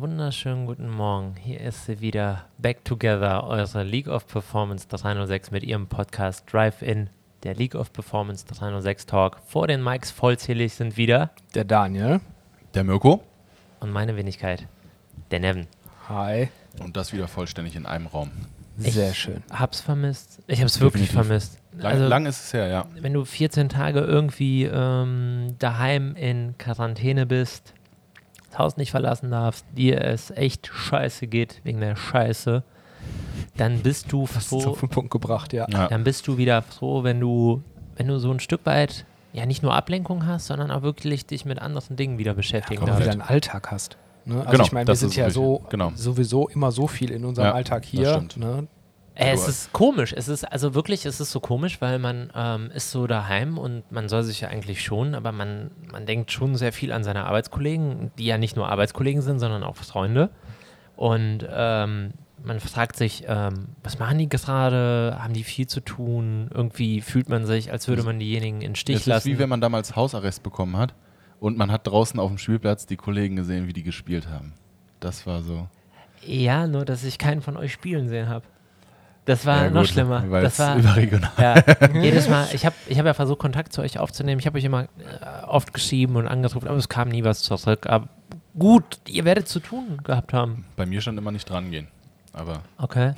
wunderschönen guten Morgen. Hier ist sie wieder, Back Together, eure League of Performance 306 mit ihrem Podcast Drive-In, der League of Performance 306 Talk. Vor den Mikes vollzählig sind wieder Der Daniel. Der Mirko. und meine Wenigkeit, der Nevin. Hi. Und das wieder vollständig in einem Raum. Sehr Ich schön. Hab's vermisst. Ich hab's wirklich vermisst. Also, Lang, lang ist es her, ja. wenn du 14 Tage irgendwie ähm, daheim in Quarantäne bist, das Haus nicht verlassen darfst, dir es echt scheiße geht wegen der Scheiße, dann bist du Das ist froh, auf den Punkt gebracht, ja. ja. dann bist du wieder froh, wenn du, wenn du so ein Stück weit ja nicht nur Ablenkung hast, sondern auch wirklich dich mit anderen Dingen wieder beschäftigen Wenn du wieder darfst. einen Alltag hast. Ne? Also Genau, ich meine, wir das sind ist ja richtig. so Genau. sowieso immer so viel in unserem Ja, Alltag das hier. stimmt. Ne? Äh, es Aber- ist komisch, es ist also wirklich, es ist so komisch, weil man ähm, ist so daheim und man soll sich ja eigentlich schon, aber man, man denkt schon sehr viel an seine Arbeitskollegen, die ja nicht nur Arbeitskollegen sind, sondern auch Freunde. Und ähm, man fragt sich, ähm, was machen die gerade? Haben die viel zu tun? Irgendwie fühlt man sich, als würde man diejenigen in den Stich Es ist lassen. wie wenn man damals Hausarrest bekommen hat und man hat draußen auf dem Spielplatz die Kollegen gesehen, wie die gespielt haben. Das war so. ja, nur dass ich keinen von euch spielen sehen habe. Das war Ja, noch gut, schlimmer. Weil Das es war überregional. Ja, jedes Mal, ich habe ich hab ja versucht, Kontakt zu euch aufzunehmen. Ich habe euch immer äh, oft geschrieben und angerufen, aber es kam nie was zurück. Aber gut, ihr werdet zu tun gehabt haben. Bei mir stand immer nicht dran gehen. Aber, Okay.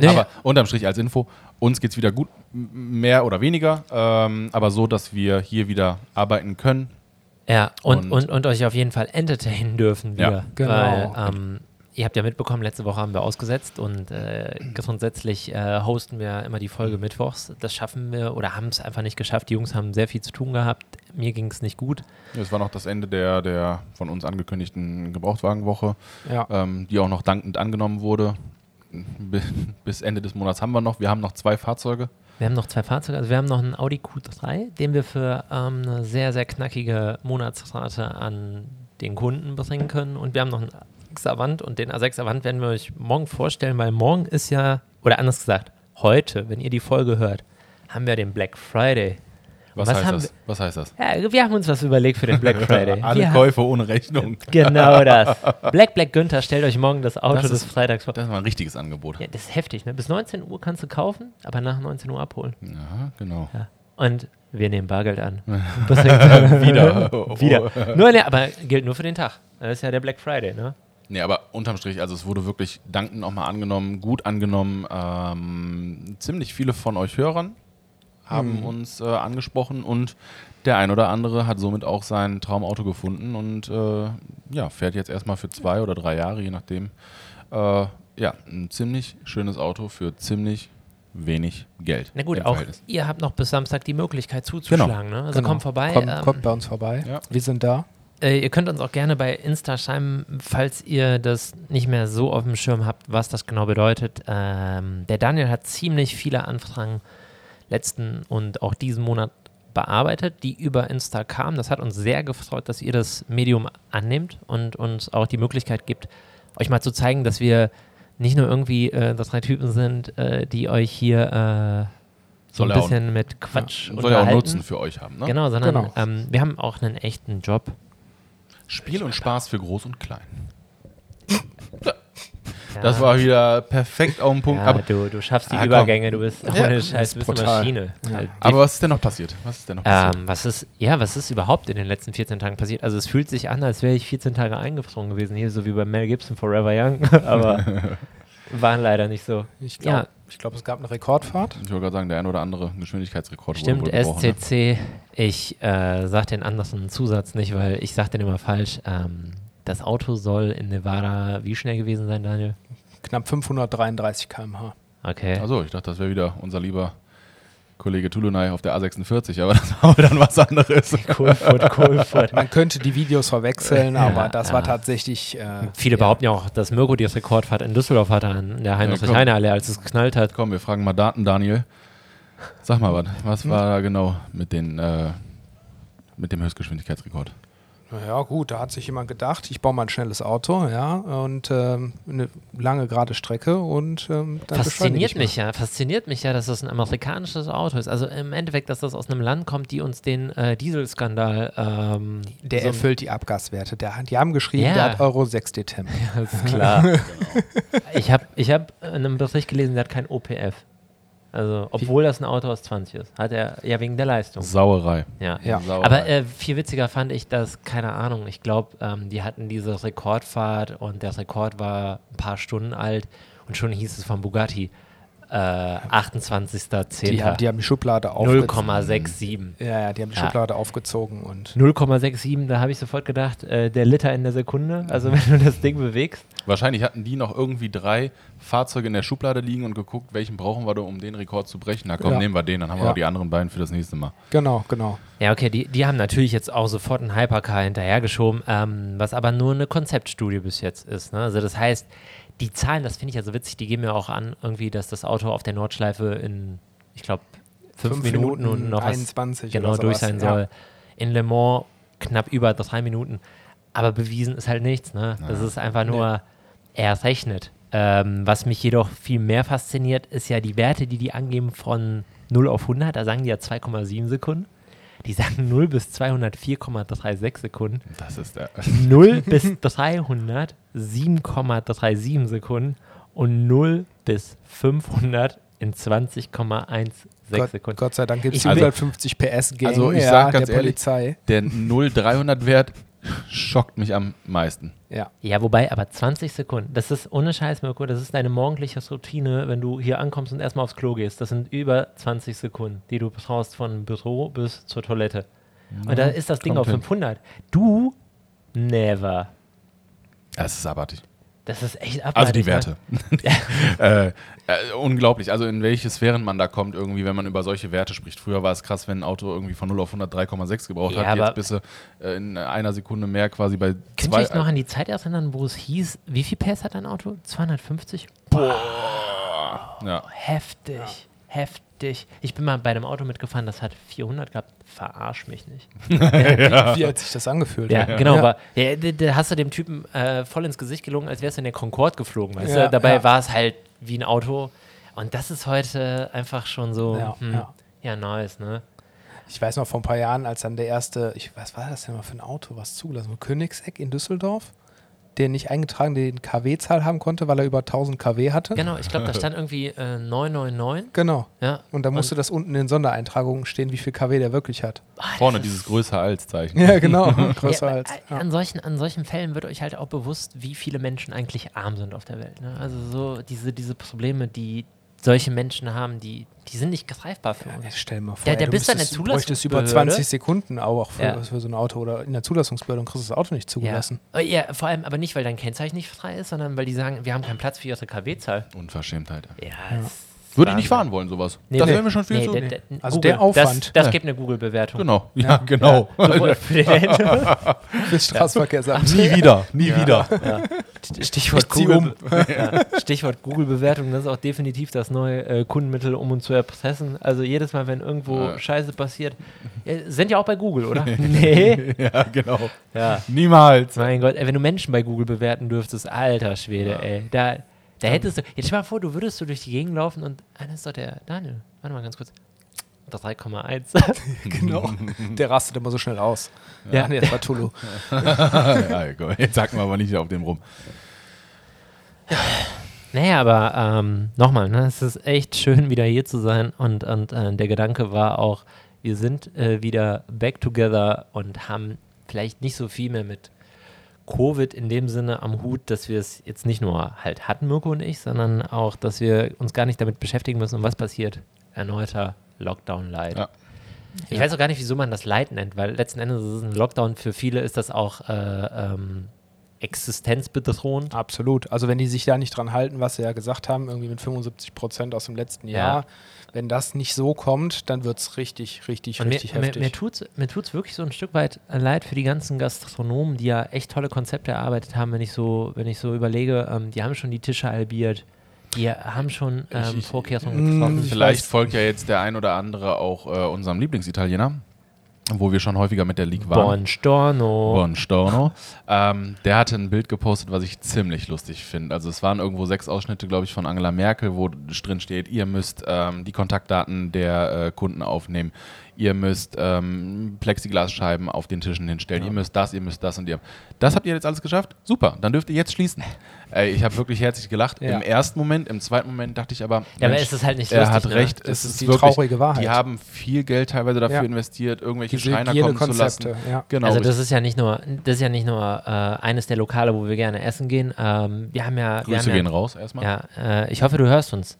Nee, aber unterm Strich als Info, uns geht's wieder gut, m- mehr oder weniger, ähm, aber so, dass wir hier wieder arbeiten können. ja, und, und- und, und euch auf jeden Fall entertainen dürfen wir. Ja, genau. Weil, ähm, ihr habt ja mitbekommen, letzte Woche haben wir ausgesetzt und äh, grundsätzlich äh, hosten wir immer die Folge mittwochs. Das schaffen wir oder haben es einfach nicht geschafft. Die Jungs haben sehr viel zu tun gehabt. Mir ging es nicht gut. Es war noch das Ende der, der von uns angekündigten Gebrauchtwagenwoche. Ja. ähm, die auch noch dankend angenommen wurde. B bis Ende des Monats haben wir noch. Wir haben noch zwei Fahrzeuge. Wir haben noch zwei Fahrzeuge, also wir haben noch einen Audi Q3, den wir für ähm, eine sehr, sehr knackige Monatsrate an den Kunden bringen können. Und wir haben noch einen A6 Avant und den A6 Avant werden wir euch morgen vorstellen, weil morgen ist ja, oder anders gesagt, heute, wenn ihr die Folge hört, haben wir den Black Friday. Was, Was heißt haben das? Was heißt das? Ja, wir haben uns was überlegt für den Black Friday. Alle wir haben, Käufe ohne Rechnung. genau das. Black Black Günther stellt euch morgen das Auto Das des ist- Freitags vor. Das ist mal ein richtiges Angebot. Ja, das ist heftig, ne? Bis 19 Uhr kannst du kaufen, aber nach 19 Uhr abholen. Ja, genau. Ja. Und wir nehmen Bargeld an. wieder. Oh. wieder. Nur, ne, aber gilt nur für den Tag. Das ist ja der Black Friday, ne? Nee, aber unterm Strich, also es wurde wirklich dankend nochmal angenommen, gut angenommen. Ähm, ziemlich viele von euch Hörern haben Mhm. uns äh, angesprochen und der ein oder andere hat somit auch sein Traumauto gefunden und äh, ja, fährt jetzt erstmal für zwei oder drei Jahre, je nachdem. Äh, ja, ein ziemlich schönes Auto für ziemlich wenig Geld. Na gut, im auch Verhältnis. ihr habt noch bis Samstag die Möglichkeit zuzuschlagen, ne? Also Genau. kommt vorbei. Komm, ähm, kommt bei uns vorbei. Ja. Wir sind da. Äh, ihr könnt uns auch gerne bei Insta schreiben, falls ihr das nicht mehr so auf dem Schirm habt, was das genau bedeutet. Ähm, der Daniel hat ziemlich viele Anfragen letzten und auch diesen Monat bearbeitet, die über Insta kamen. Das hat uns sehr gefreut, dass ihr das Medium annimmt und uns auch die Möglichkeit gibt, euch mal zu zeigen, dass wir nicht nur irgendwie äh, das drei Typen sind, äh, die euch hier äh, so ein Soll ja auch- bisschen mit Quatsch soll ja auch unterhalten. Nutzen für euch haben. Ne? Genau, sondern Genau. Ähm, wir haben auch einen echten Job. Spiel und Spaß für groß und klein. Ja. Das war wieder perfekt auf den Punkt. Ja, aber, du, du schaffst die Ah, komm. Übergänge, du bist ohne das Scheiß, du bist eine brutal. Maschine. Halt. aber was ist denn noch passiert? Was ist denn noch passiert? Ähm, was ist, ja, was ist überhaupt in den letzten 14 Tagen passiert? Also es fühlt sich an, als wäre ich 14 Tage eingefroren gewesen, hier so wie bei Mel Gibson Forever Young, aber waren leider nicht so. Ich Ja. glaube, glaub, es gab eine Rekordfahrt. Ich wollte gerade sagen, der ein oder andere Geschwindigkeitsrekord Stimmt, wurde wohl gebrochen. ne? SCC, ich äh, sag den anderen Zusatz nicht, weil ich sag den immer falsch. Ähm, das Auto soll in Nevada wie schnell gewesen sein, Daniel? Knapp 533 km/h. Okay. Achso, ich dachte, das wäre wieder unser lieber Kollege Tulunay auf der A46, aber das war dann was anderes. Kohlfurt, Kohlfurt. Man könnte die Videos verwechseln, aber das ja. war tatsächlich. Äh, Viele behaupten ja auch, dass Mirko die Rekordfahrt in Düsseldorf hatte, an der komm. Heinrich-Heine-Allee, als es geknallt hat. Komm, wir fragen mal Daten, Daniel. Sag mal was, was war da genau mit, den, äh, mit dem Höchstgeschwindigkeitsrekord? Naja, gut, da hat sich jemand gedacht, ich baue mal ein schnelles Auto, ja, und ähm, eine lange gerade Strecke und ähm, dann beschleunige Fasziniert ich mal. mich ja, fasziniert mich ja, dass das ein amerikanisches Auto ist. Also im Endeffekt, dass das aus einem Land kommt, die uns den äh, Dieselskandal ähm, Der so- erfüllt die Abgaswerte. Der, hat- die haben geschrieben, Ja. der hat Euro 6 Dezember. Alles klar. ich habe ich hab in einem Bericht gelesen, der hat kein OPF. Also, obwohl das ein Auto aus 20 ist. Hat er ja wegen der Leistung. Sauerei. Ja. Ja. Sauerei. Aber äh, viel witziger fand ich das, keine Ahnung, ich glaube, ähm, die hatten diese Rekordfahrt und der Rekord war ein paar Stunden alt und schon hieß es von Bugatti äh, Die, haben, 28.10. die Mhm. haben die Schublade aufgezogen. 0,67. Ja, ja, die haben die Ja. Schublade aufgezogen und 0,67, da habe ich sofort gedacht, äh, der Liter in der Sekunde, Mhm. also wenn du das Ding bewegst. Wahrscheinlich hatten die noch irgendwie drei Fahrzeuge in der Schublade liegen und geguckt, welchen brauchen wir, da, um den Rekord zu brechen. Na komm, Ja. nehmen wir den, dann haben wir Ja. auch die anderen beiden für das nächste Mal. genau, genau. Ja, okay, die, die haben natürlich jetzt auch sofort einen Hypercar hinterhergeschoben, ähm, was aber nur eine Konzeptstudie bis jetzt ist. Ne? Also das heißt, die Zahlen, das finde ich ja so witzig, die geben ja auch an, irgendwie, dass das Auto auf der Nordschleife in, ich glaube, fünf, Fünf Minuten, und Minuten noch was 21 genau oder durch sowas, sein ja. soll. In Le Mans knapp über drei Minuten. Aber bewiesen ist halt nichts. Ne? Das ist einfach nur errechnet. Ähm, was mich jedoch viel mehr fasziniert, ist ja die Werte, die die angeben von 0 auf 100. Da sagen die ja 2,7 Sekunden. Die sagen 0 bis 200 4,36 Sekunden. Das ist der. 0 bis 300 7,37 Sekunden. Und 0 bis 500 in 20,16 Gott, Sekunden. Gott sei Dank gibt es Ich die will- 150 PS Gang Also ich ja, sag ganz der ehrlich- Polizei. Der 0,300-Wert schockt mich am meisten. Ja. Ja, wobei, aber 20 Sekunden, das ist ohne Scheiß, Mirko, das ist deine morgendliche Routine, wenn du hier ankommst und erstmal aufs Klo gehst. Das sind über 20 Sekunden, die du brauchst von Büro bis zur Toilette. und da ist das Ding kommt auf hin. 500. Du, never. Das ist abartig. Das ist echt abartig. Also die ne? Werte. äh, äh, unglaublich. Also in welche Sphären man da kommt, irgendwie, wenn man über solche Werte spricht. Früher war es krass, wenn ein Auto irgendwie von 0 auf 100 3,6 gebraucht Ja, hat. aber- Jetzt bist du äh, in einer Sekunde mehr quasi bei Könnt ihr zwei. äh, euch noch an die Zeit erinnern, wo es hieß, wie viel PS hat dein Auto? 250? Boah, äh, ja. heftig, heftig. Ich bin mal bei einem Auto mitgefahren, das hat 400 gehabt. Verarsch mich nicht. Wie hat sich das angefühlt? Ja, genau. Ja. Aber, ja, da, da hast du dem Typen äh, voll ins Gesicht gelungen, als wärst du in der Concorde geflogen. Weißt Ja, du? Dabei ja. war es halt wie ein Auto. Und das ist heute einfach schon so, ja, Ja, hm, ja. ja. nice, ne? Ich weiß noch vor ein paar Jahren, als dann der erste, ich, was war das denn mal für ein Auto, was zugelassen wurde? Königseck in Düsseldorf, der nicht eingetragen den KW-Zahl haben konnte, weil er über 1000 KW hatte. Genau, ich glaube, da stand irgendwie äh, 999. Genau. Ja. Und da musste das unten in Sondereintragungen stehen, wie viel KW der wirklich hat. Vorne dieses größer als Zeichen. Ja, genau. Ah, Ja, Größer als. äh, Ja. an, solchen, an solchen Fällen wird euch halt auch bewusst, wie viele Menschen eigentlich arm sind auf der Welt. Ne? Also so diese, diese Probleme, die solche Menschen haben, die, die sind nicht greifbar für uns. äh, Ja, stell dir mal vor, Der- ey, der du bist dann müsstest- der du bräuchtest über Zulassungsbehörde. 20 Sekunden auch, auch für, Ja. für so ein Auto oder in der Zulassungsbehörde und kriegst das Auto nicht Ja. zugelassen. Oh, ja, vor allem aber nicht, weil dein Kennzeichen nicht frei ist, sondern weil die sagen, wir haben keinen Platz für ihre KW-Zahl. Unverschämtheit. Ja, Würde ich nicht fahren wollen, sowas. Nee, das nee. wäre mir schon viel zu. Also der Aufwand. Das, das Ja. gibt eine Google-Bewertung. Genau. Ja, genau. Sowohl für den- Fürs Straßenverkehrsamt. Nie wieder, nie wieder. Stichwort Ich zieh Google. Ja. Stichwort Google-Bewertung, das ist auch definitiv das neue äh, Kundenmittel, um uns zu erpressen. Also jedes Mal, wenn irgendwo Ja. Scheiße passiert, äh, sind ja auch bei Google, oder? nee. ja, genau. Ja. Niemals. Mein Gott, ey, wenn du Menschen bei Google bewerten dürftest, alter Schwede, ey. Da, da hättest du. Jetzt stell mal vor, du würdest du durch die Gegend laufen und. Ah, das ist doch der Daniel. Warte mal ganz kurz. 3,1. genau. Der rastet immer so schnell aus. Ja. Ah, nee, das war Tulu. Ja, egal. Jetzt sagen wir aber nicht auf dem rum. Naja, aber ähm, nochmal, ne? es ist echt schön, wieder hier zu sein. Und, und äh, der Gedanke war auch, wir sind äh, wieder back together und haben vielleicht nicht so viel mehr mit Covid in dem Sinne am Hut, dass wir es jetzt nicht nur halt hatten, Mirko und ich, sondern auch, dass wir uns gar nicht damit beschäftigen müssen, was passiert. Erneuter Lockdown-Leid. Ja. Ich weiß auch gar nicht, wieso man das Leid nennt, weil letzten Endes ist es ein Lockdown. Für viele ist das auch äh, ähm, existenzbedrohend. Absolut. Also wenn die sich da nicht dran halten, was sie ja gesagt haben, irgendwie mit 75 Prozent aus dem letzten Ja. Jahr, wenn das nicht so kommt, dann wird es richtig, richtig, Und mir, richtig mir, heftig. mir tut's mir tut's wirklich so ein Stück weit leid für die ganzen Gastronomen, die ja echt tolle Konzepte erarbeitet haben, wenn ich so, wenn ich so überlege, ähm, die haben schon die Tische albiert, die haben schon ähm, Vorkehrungen Mm, getroffen. ich Vielleicht weiß- folgt ja jetzt der ein oder andere auch äh, unserem Lieblingsitaliener. wo wir schon häufiger mit der League waren. Buongiorno. Bon Storno. ähm, der hatte ein Bild gepostet, was ich ziemlich lustig finde. Also es waren irgendwo sechs Ausschnitte, glaube ich, von Angela Merkel, wo drin steht, ihr müsst ähm, die Kontaktdaten der äh, Kunden aufnehmen, ihr müsst ähm, Plexiglasscheiben auf den Tischen hinstellen, ihr müsst das, ihr müsst das und ihr. Das habt ihr jetzt alles geschafft? Super, dann dürft ihr jetzt schließen. Äh, ich habe wirklich herzlich gelacht. Ja. Im ersten Moment, im zweiten Moment dachte ich aber, Ja, aber Mensch, es ist halt nicht er lustig, hat ne? recht, Das es ist ist die wirklich, traurige Wahrheit. Die haben viel Geld teilweise dafür Ja. investiert, irgendwelche Diese Schreiner kommen zu Hygienekonzepte, lassen. ja. Genau, Also richtig. das ist ja nicht nur, das ist ja nicht nur äh, eines der Lokale, wo wir gerne essen gehen. Ähm, wir haben ja, wir Grüße haben gehen ja, raus erstmal. ja äh, ich hoffe, du hörst uns.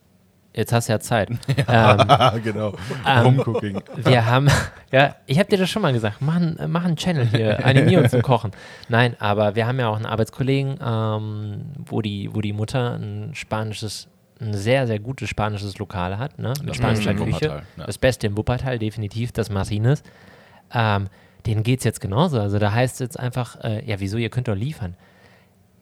Jetzt hast du ja Zeit. Ähm, genau. Ähm, Rumgucking. wir haben, ja, ich habe dir das schon mal gesagt, mach, einen- äh, mach einen Channel hier, animier uns zum Kochen. Nein, aber wir haben ja auch einen Arbeitskollegen, ähm, wo, die, wo die Mutter ein spanisches, ein sehr, sehr gutes spanisches Lokal hat, ne? Mit Das spanischer Beste in Küche. Wuppertal, ja. Das Beste in Wuppertal, definitiv, das Martines. Ähm, denen geht es jetzt genauso. Also da heißt es jetzt einfach, äh, ja, wieso, ihr könnt doch liefern.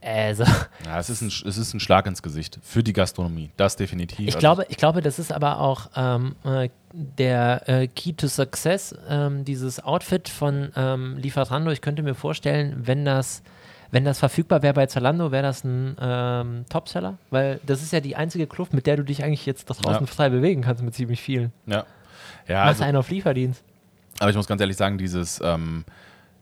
Also, Ja, es, ist ein, es ist ein Schlag ins Gesicht für die Gastronomie. Das definitiv. Ich Also, glaube, ich glaube, das ist aber auch ähm, äh, der äh, Key to Success, ähm, dieses Outfit von ähm, Lieferando. Ich könnte mir vorstellen, wenn das, wenn das verfügbar wäre bei Zalando, wäre das ein ähm, Topseller, weil das ist ja die einzige Kluft, mit der du dich eigentlich jetzt da draußen Ja. frei bewegen kannst mit ziemlich vielen. Also, Ja, ja Machst also, einen auf Lieferdienst. aber ich muss ganz ehrlich sagen, dieses ähm,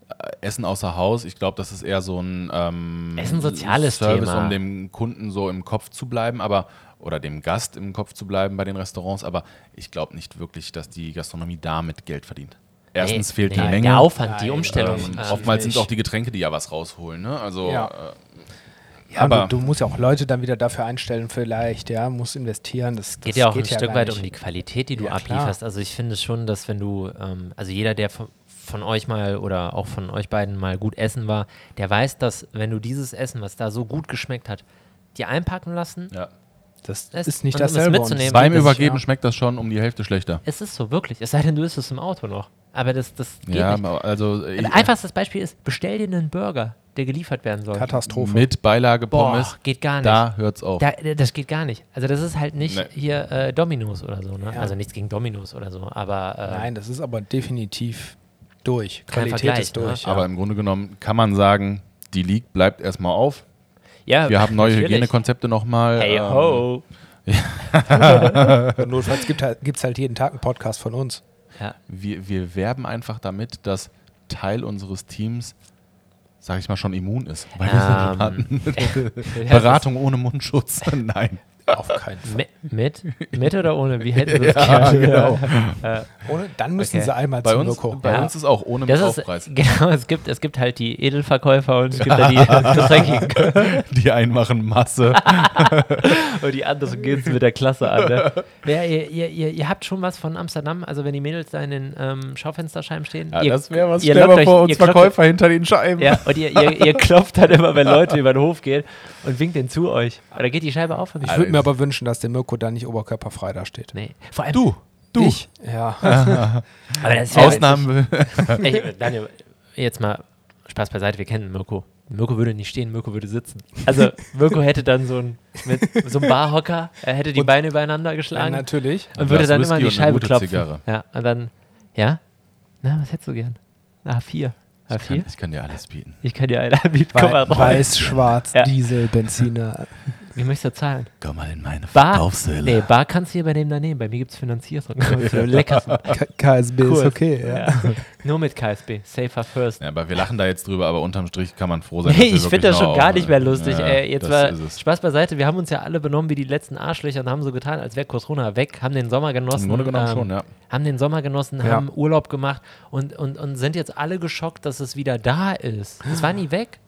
äh, Essen außer Haus, ich glaube, das ist eher so ein ähm, Es ist ein soziales Service, Thema. um dem Kunden so im Kopf zu bleiben, aber oder dem Gast im Kopf zu bleiben bei den Restaurants. Aber ich glaube nicht wirklich, dass die Gastronomie damit Geld verdient. Erstens Nee, fehlt die nee, Menge. Der Aufwand, die Nein, Umstellung. Ähm, Ähm, oftmals sind nicht. es auch die Getränke, die ja was rausholen. Ne? Also Ja. äh, Ja, aber Aber- du, du musst ja auch Leute dann wieder dafür einstellen, vielleicht, ja, musst investieren. Das, das geht ja auch ein ja Stück gar weit nicht. um die Qualität, die du Ja, klar. ablieferst. Also ich finde schon, dass wenn du, ähm, also jeder, der von, von euch mal oder auch von euch beiden mal gut essen war, der weiß, dass wenn du dieses Essen, was da so gut geschmeckt hat, dir einpacken lassen, ja. Das Das- ist nicht und um es dasselbe. mitzunehmen, und- beim das- Übergeben ja. schmeckt das schon um die Hälfte schlechter. es ist so wirklich. Es sei denn, du isst es im Auto noch. Aber das, das geht ja, nicht. aber also ich, Ein einfachstes Beispiel ist, bestell dir einen Burger, der geliefert werden soll. Katastrophe. mit Beilage Boah, Pommes, geht gar nicht. da hört's auf. Da, das geht gar nicht. Also das ist halt nicht Nee. hier äh, Dominos oder so. Ne? Ja. Also nichts gegen Dominos oder so, aber äh, Nein, das ist aber definitiv durch. Kein Qualität Vergleich, ist durch. ne? Aber im Grunde genommen kann man sagen, die League bleibt erstmal auf. ja, Wir haben neue natürlich. Hygienekonzepte nochmal. Hey ähm, ho. ja. Notfalls gibt es halt jeden Tag einen Podcast von uns. Ja. wir, wir werben einfach damit, dass Teil unseres Teams, sag ich mal, schon immun ist. Weil wir es schon hatten. Ähm, Beratung ohne Mundschutz. Nein. Auf keinen Fall. Mi- mit? Mit oder ohne? Wie hätten Sie es gerne? Ohne, dann müssen Okay. sie einmal Bei zum uns, Loco. bei Ja. uns ist auch ohne mit Äh, Das ist, Aufpreis. genau, es gibt, es gibt halt die Edelverkäufer und es gibt halt die Getränkigen. Die einen machen Masse. Und die anderen geht es mit der Klasse an. Ne? Ja, ihr, ihr, ihr, ihr habt schon was von Amsterdam, also wenn die Mädels da in den ähm, Schaufensterscheiben stehen. Ja, ihr, das wäre was. ihr Stell lockt mal vor, euch- ihr uns klopft- Verkäufer hinter den Scheiben. Ja, und ihr, ihr, ihr klopft dann immer, wenn Leute über den Hof gehen und winkt den zu euch. Oder geht die Scheibe auf und Ich würde mir aber wünschen, dass der Mirko da nicht oberkörperfrei da steht. Nee. Vor allem, Du, du. Ich? Ja. aber das wär- Ausnahmen. Ey, Daniel, jetzt mal Spaß beiseite, wir kennen Mirko. Mirko würde nicht stehen, Mirko würde sitzen. Also Mirko hätte dann so einen, mit, so einen Barhocker, er hätte die Beine übereinander ja, geschlagen natürlich. und würde Glas dann Whisky immer an und die eine Scheibe gute klopfen. Zigarre. Ja, und dann, ja? Na, was hättest du gern? A4. Ich kann, A4? ich kann dir alles bieten. Ich kann dir einen anbieten, Wei komm mal rein. Weiß, schwarz, Ja. Diesel, Benziner. Wie möchtest du zahlen? Komm mal in meine Bar? Nee, Bar kannst du hier bei dem daneben, bei mir gibt es Finanzierung. Leckersten. K KSB Kurs. ist okay. Ja. Ja. Nur mit KSB, safer first. Ja, aber wir lachen da jetzt drüber, aber unterm Strich kann man froh sein. Nee, ich finde das schon gar nicht mehr lustig. Äh, jetzt war war Im Spaß beiseite. Wir haben uns ja alle benommen wie die letzten Arschlöcher und haben so getan, als wäre Corona weg, haben den Sommer genossen. Grunde genommen ähm, schon, ne? ja. Haben den Sommer genossen, Ja. haben Urlaub gemacht und, und, und sind jetzt alle geschockt, dass es wieder da ist. Es war nie weg.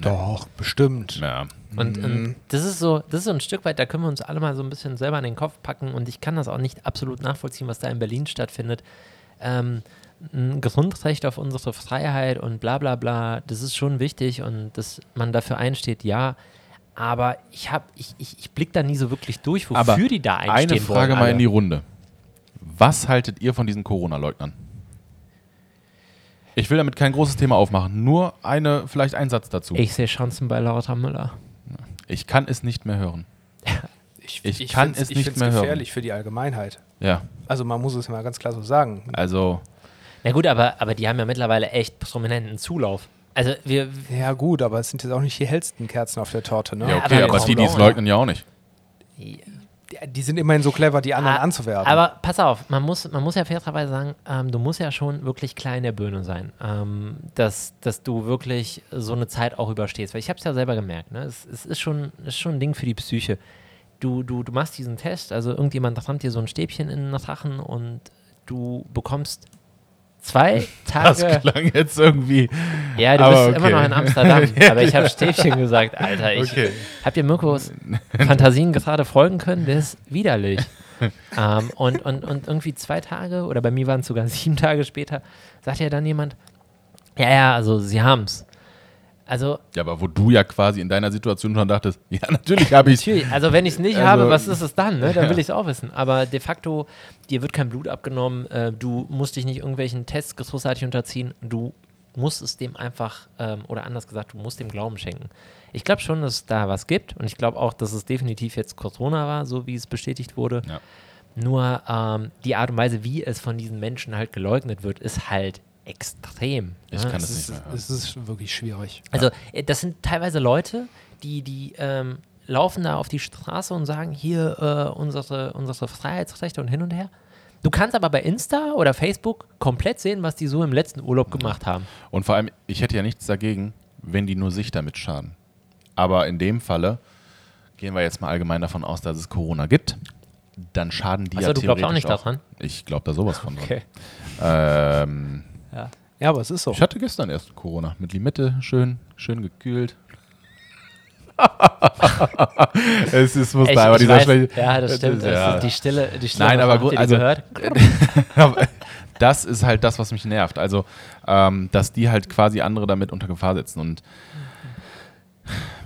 Doch, bestimmt. Ja. Und, und Mhm. das ist so, das ist so ein Stück weit, da können wir uns alle mal so ein bisschen selber an den Kopf packen und ich kann das auch nicht absolut nachvollziehen, was da in Berlin stattfindet. Ähm, ein Grundrecht auf unsere Freiheit und bla bla bla, das ist schon wichtig und dass man dafür einsteht, ja. Aber ich hab, ich, ich, ich blick da nie so wirklich durch, wofür Aber die da einstehen Eine Frage wollen. mal alle. in die Runde. Was haltet ihr von diesen Corona-Leugnern? Ich will damit kein großes Thema aufmachen, nur eine, vielleicht ein Satz dazu. ich sehe Chancen bei Laura Müller. Ich kann es nicht mehr hören. Ich ich kann find's- es ich nicht find's mehr hören. gefährlich für die Allgemeinheit. Ja, Also man muss es mal ganz klar so sagen. also Na gut, aber, aber die haben ja mittlerweile echt prominenten Zulauf. Also wir, Ja, gut, aber es sind jetzt auch nicht die hellsten Kerzen auf der Torte, ne? Ja, Ja, okay, aber aber, kaum die, die es noch. leugnen, ja auch nicht. Die- Die sind immerhin so clever, die anderen Ah, anzuwerben. Aber pass auf, man muss, man muss ja fairerweise sagen, ähm, du musst ja schon wirklich klein in der Bühne sein, ähm, dass, dass du wirklich so eine Zeit auch überstehst. Weil ich habe es ja selber gemerkt, ne? es, es ist, schon, ist schon ein Ding für die Psyche. Du, du, du machst diesen Test, also irgendjemand rammt dir so ein Stäbchen in den Rachen und du bekommst zwei Das Tage. klang jetzt irgendwie. Ja, du Aber bist okay. immer noch in Amsterdam, aber ich habe Stäbchen gesagt, Alter. Ich, Okay. Habt ihr Mirkos Fantasien gerade folgen können? Das ist widerlich. ähm, und, und, und irgendwie zwei Tage oder bei mir waren es sogar sieben Tage später, sagt ja dann jemand, ja, ja, also sie haben's. Also, Ja, aber wo du ja quasi in deiner Situation schon dachtest, ja, natürlich habe ich natürlich, also wenn ich es nicht Also- habe, was ist es dann? Ne? Dann will ich es auch wissen. Aber de facto, dir wird kein Blut abgenommen, äh, du musst dich nicht irgendwelchen Tests großartig unterziehen, du musst es dem einfach, ähm, oder anders gesagt, du musst dem Glauben schenken. Ich glaube schon, dass es da was gibt und ich glaube auch, dass es definitiv jetzt Corona war, so wie es bestätigt wurde. Ja. Nur ähm, die Art und Weise, wie es von diesen Menschen halt geleugnet wird, ist halt extrem. Ich ne? kann es, das nicht ist, mehr hören. es ist wirklich schwierig. Also, äh, das sind teilweise Leute, die, die ähm, laufen da auf die Straße und sagen, hier äh, unsere, unsere Freiheitsrechte und hin und her. Du kannst aber bei Insta oder Facebook komplett sehen, was die so im letzten Urlaub gemacht haben. Und vor allem, ich hätte ja nichts dagegen, wenn die nur sich damit schaden. Aber in dem Falle gehen wir jetzt mal allgemein davon aus, dass es Corona gibt. Dann schaden die Ach so, ja du glaubst auch theoretisch nicht daran? Ich glaube da sowas von. dran. Ähm, Ja, aber es ist so. ich hatte gestern erst Corona mit Limette, schön, schön gekühlt. es ist, muss Ich, da aber ich dieser weiß, schlechte. ja, das stimmt. ist- Das ja. ist die Stille, die Stille Nein, Nacht, aber habt gut, ihr die also- gehört? Aber das ist halt das, was mich nervt. Also, ähm, dass die halt quasi andere damit unter Gefahr setzen. Und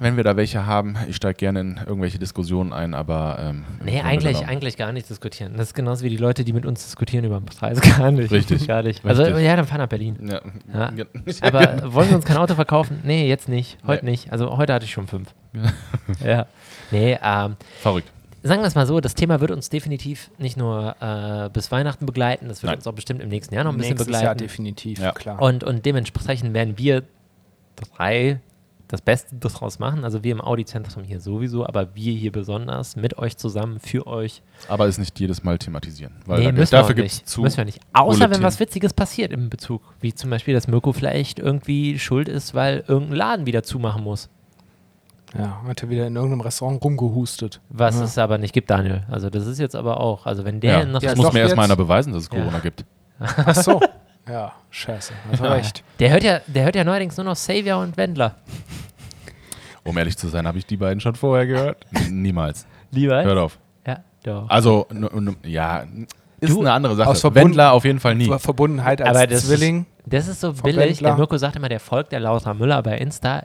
wenn wir da welche haben, ich steige gerne in irgendwelche Diskussionen ein, aber. Ähm, im Nee, Grunde eigentlich, genommen- eigentlich gar nicht diskutieren. Das ist genauso wie die Leute, die mit uns diskutieren über den Preis. Gar nicht. Richtig. Gar nicht. Also, Richtig. ja, dann fahr nach Berlin. Ja. Ja. Ja. Aber wollen wir uns kein Auto verkaufen? Nee, jetzt nicht. Heute Nee. nicht. Also heute hatte ich schon fünf. ja. Nee, ähm, Verrückt. sagen wir es mal so, das Thema wird uns definitiv nicht nur äh, bis Weihnachten begleiten, das wird Nein. uns auch bestimmt im nächsten Jahr noch ein bisschen Nächstes Jahr begleiten. definitiv, Ja. klar. und, und dementsprechend werden wir drei das Beste daraus machen. Also wir im Audi-Zentrum hier sowieso, aber wir hier besonders mit euch zusammen, für euch. Aber es nicht jedes Mal thematisieren. Weil nee, da- müssen dafür wir auch gibt es nicht. zu. müssen wir nicht. Außer coole wenn was Themen. Witziges passiert im Bezug. Wie zum Beispiel, dass Mirko vielleicht irgendwie schuld ist, weil irgendein Laden wieder zumachen muss. ja, hat er wieder in irgendeinem Restaurant rumgehustet. Was Ja. es aber nicht gibt, Daniel. Also das ist jetzt aber auch, also wenn der Ja. nach Ja, das doch, muss mir erst jetzt- mal einer beweisen, dass es Ja. Corona gibt. Ach so. ja, scheiße. Hast recht. Der hört ja, der hört ja neuerdings nur noch Savior und Wendler. Um ehrlich zu sein, habe ich die beiden schon vorher gehört. N- Niemals. Lieber? Hört auf. Ja, doch. Also, n- n- ja, ist Du, eine andere Sache. aus Verbund- Wendler auf jeden Fall nie. Über Verbundenheit als Aber das Zwilling. Ist, das ist so Von billig. Wendler. Der Mirko sagt immer, der folgt der Laura Müller bei Insta,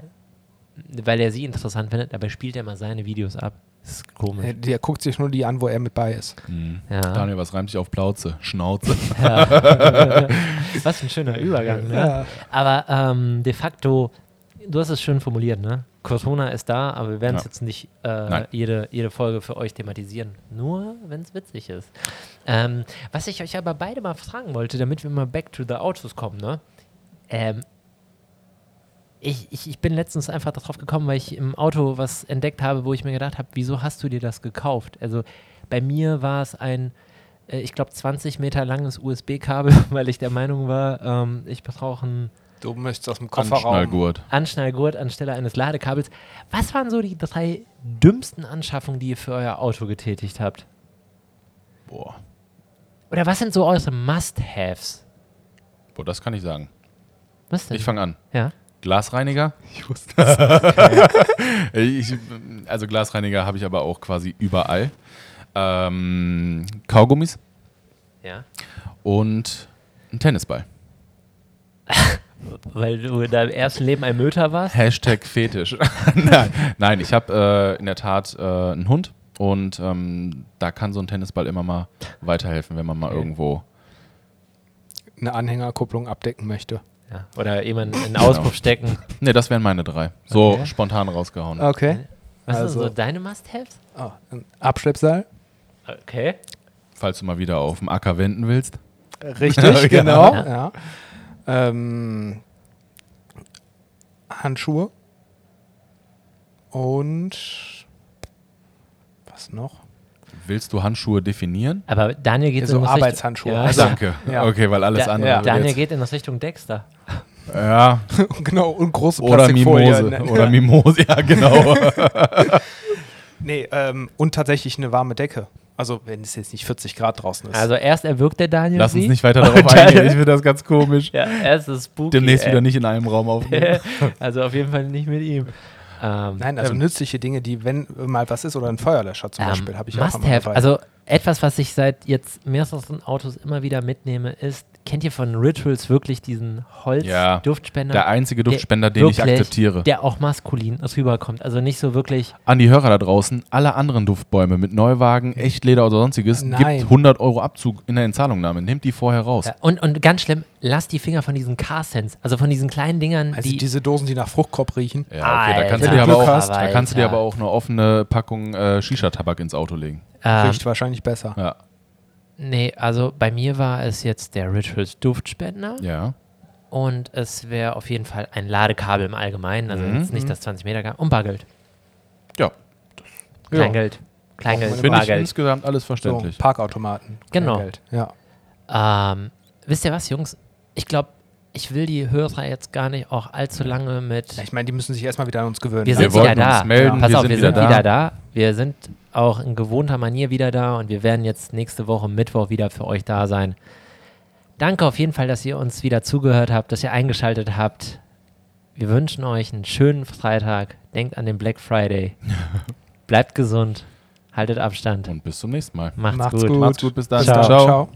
weil er sie interessant findet, aber spielt er mal seine Videos ab. Das ist Der, komisch. äh, der guckt sich nur die an, wo er mit bei ist. Ja. Daniel, was reimt sich auf Plauze? Schnauze. Was ein schöner Übergang, ne? Aber ähm, de facto, du hast es schön formuliert, ne? Corona ist da, aber wir werden es Ja. jetzt nicht Nein. äh, jede, jede Folge für euch thematisieren. Nur, wenn es witzig ist. Ähm, was ich euch aber beide mal fragen wollte, damit wir mal back to the Autos kommen, ne? Ähm, ich, ich, ich bin letztens einfach darauf gekommen, weil ich im Auto was entdeckt habe, wo ich mir gedacht habe, wieso hast du dir das gekauft? Also bei mir war es ein, äh, ich glaube, 20 Meter langes USB-Kabel, weil ich der Meinung war, ähm, ich brauche ein Du möchtest aus dem Anschnallgurt. Anschnallgurt anstelle eines Ladekabels. Was waren so die drei dümmsten Anschaffungen, die ihr für euer Auto getätigt habt? Boah. Oder was sind so eure Must-Haves? Boah, das kann ich sagen. Was denn? Ich fange an. ja. Glasreiniger. Ich wusste das. also Glasreiniger habe ich aber auch quasi überall. Ähm, Kaugummis ja. und ein Tennisball. Weil du in deinem ersten Leben ein Möter warst? Hashtag Fetisch. nein, nein, ich habe äh, in der Tat äh, einen Hund und ähm, da kann so ein Tennisball immer mal weiterhelfen, wenn man mal irgendwo. Eine Anhängerkupplung abdecken möchte. Ja. Oder jemanden in den Auspuff stecken. Ne, das wären meine drei. So Okay. spontan rausgehauen. Okay. Was Also- sind so deine Must-Haves? Oh, ein Abschleppseil. Okay. Falls du mal wieder auf dem Acker wenden willst. Richtig, Ja. genau. Ja. Ja. Ähm, Handschuhe. Und was noch? Willst du Handschuhe definieren? Aber Daniel geht So in das Arbeitshandschuhe. Richtung, ja, Also- ja. Danke. Ja. Okay, weil alles Da- andere. ja. wird Daniel jetzt- geht in das Richtung Dexter. ja, genau, und große oder Plastikfolie. Mimose. Ne- Oder Mimose, ja, genau. Nee, ähm, und tatsächlich eine warme Decke. Also, wenn es jetzt nicht 40 Grad draußen ist. Also erst erwürgt der Daniel Lass sie. uns nicht weiter darauf eingehen. Ich finde das ganz komisch. Ja, erst ist spooky. Demnächst ey. wieder nicht in einem Raum aufnehmen. also auf jeden Fall nicht mit ihm. Ähm, Nein, also nützliche Dinge, die, wenn mal was ist, oder ein Feuerlöscher zum Beispiel, habe ich auch immer Must-have. dabei. ähm, Also etwas, was ich seit jetzt mehreren Autos immer wieder mitnehme, ist, kennt ihr von Rituals wirklich diesen Ja. Holz-Duftspender? Der einzige Duftspender, den ich wirklich, akzeptiere. Der auch maskulin rüberkommt. Also nicht so wirklich. An die Hörer da draußen, alle anderen Duftbäume mit Neuwagen, Echtleder oder sonstiges, Nein. gibt 100 Euro Abzug in der Entzahlungnahme. Nehmt die vorher raus. Ja, Und, und ganz schlimm, lasst die Finger von diesen Car-Sense, also von diesen kleinen Dingern, also die. diese Dosen, die nach Fruchtkorb riechen. Ja, okay, da kannst, du Alter. dir aber auch, Glück hast. da kannst du dir Alter. aber auch eine offene Packung äh, Shisha-Tabak ins Auto legen. ähm, Riecht wahrscheinlich besser. Ja. nee, also bei mir war es jetzt der Rituals Duftspender. ja. Und es wäre auf jeden Fall ein Ladekabel im Allgemeinen, also Mhm. jetzt nicht das 20 Meter Kabel. Und Bargeld. Ja. Kleingeld. Kleingeld, Auch Finde ich Bargeld. insgesamt alles So, verständlich. Parkautomaten. Genau. Kleingeld. Ja. Ähm, wisst ihr was, Jungs? Ich glaube, ich will die Hörer jetzt gar nicht auch allzu lange mit. Ja, Ich meine, die müssen sich erstmal wieder an uns gewöhnen. Ne? Wir Wir sind wollten wieder da. uns melden, Ja. Pass wir auf, sind wir wieder sind da. wieder da. Wir sind auch in gewohnter Manier wieder da und wir werden jetzt nächste Woche Mittwoch wieder für euch da sein. Danke auf jeden Fall, dass ihr uns wieder zugehört habt, dass ihr eingeschaltet habt. Wir wünschen euch einen schönen Freitag. Denkt an den Black Friday. Bleibt gesund. Haltet Abstand. Und bis zum nächsten Mal. Macht's, Macht's gut. gut. Macht's gut, bis dann. Ciao. Ciao.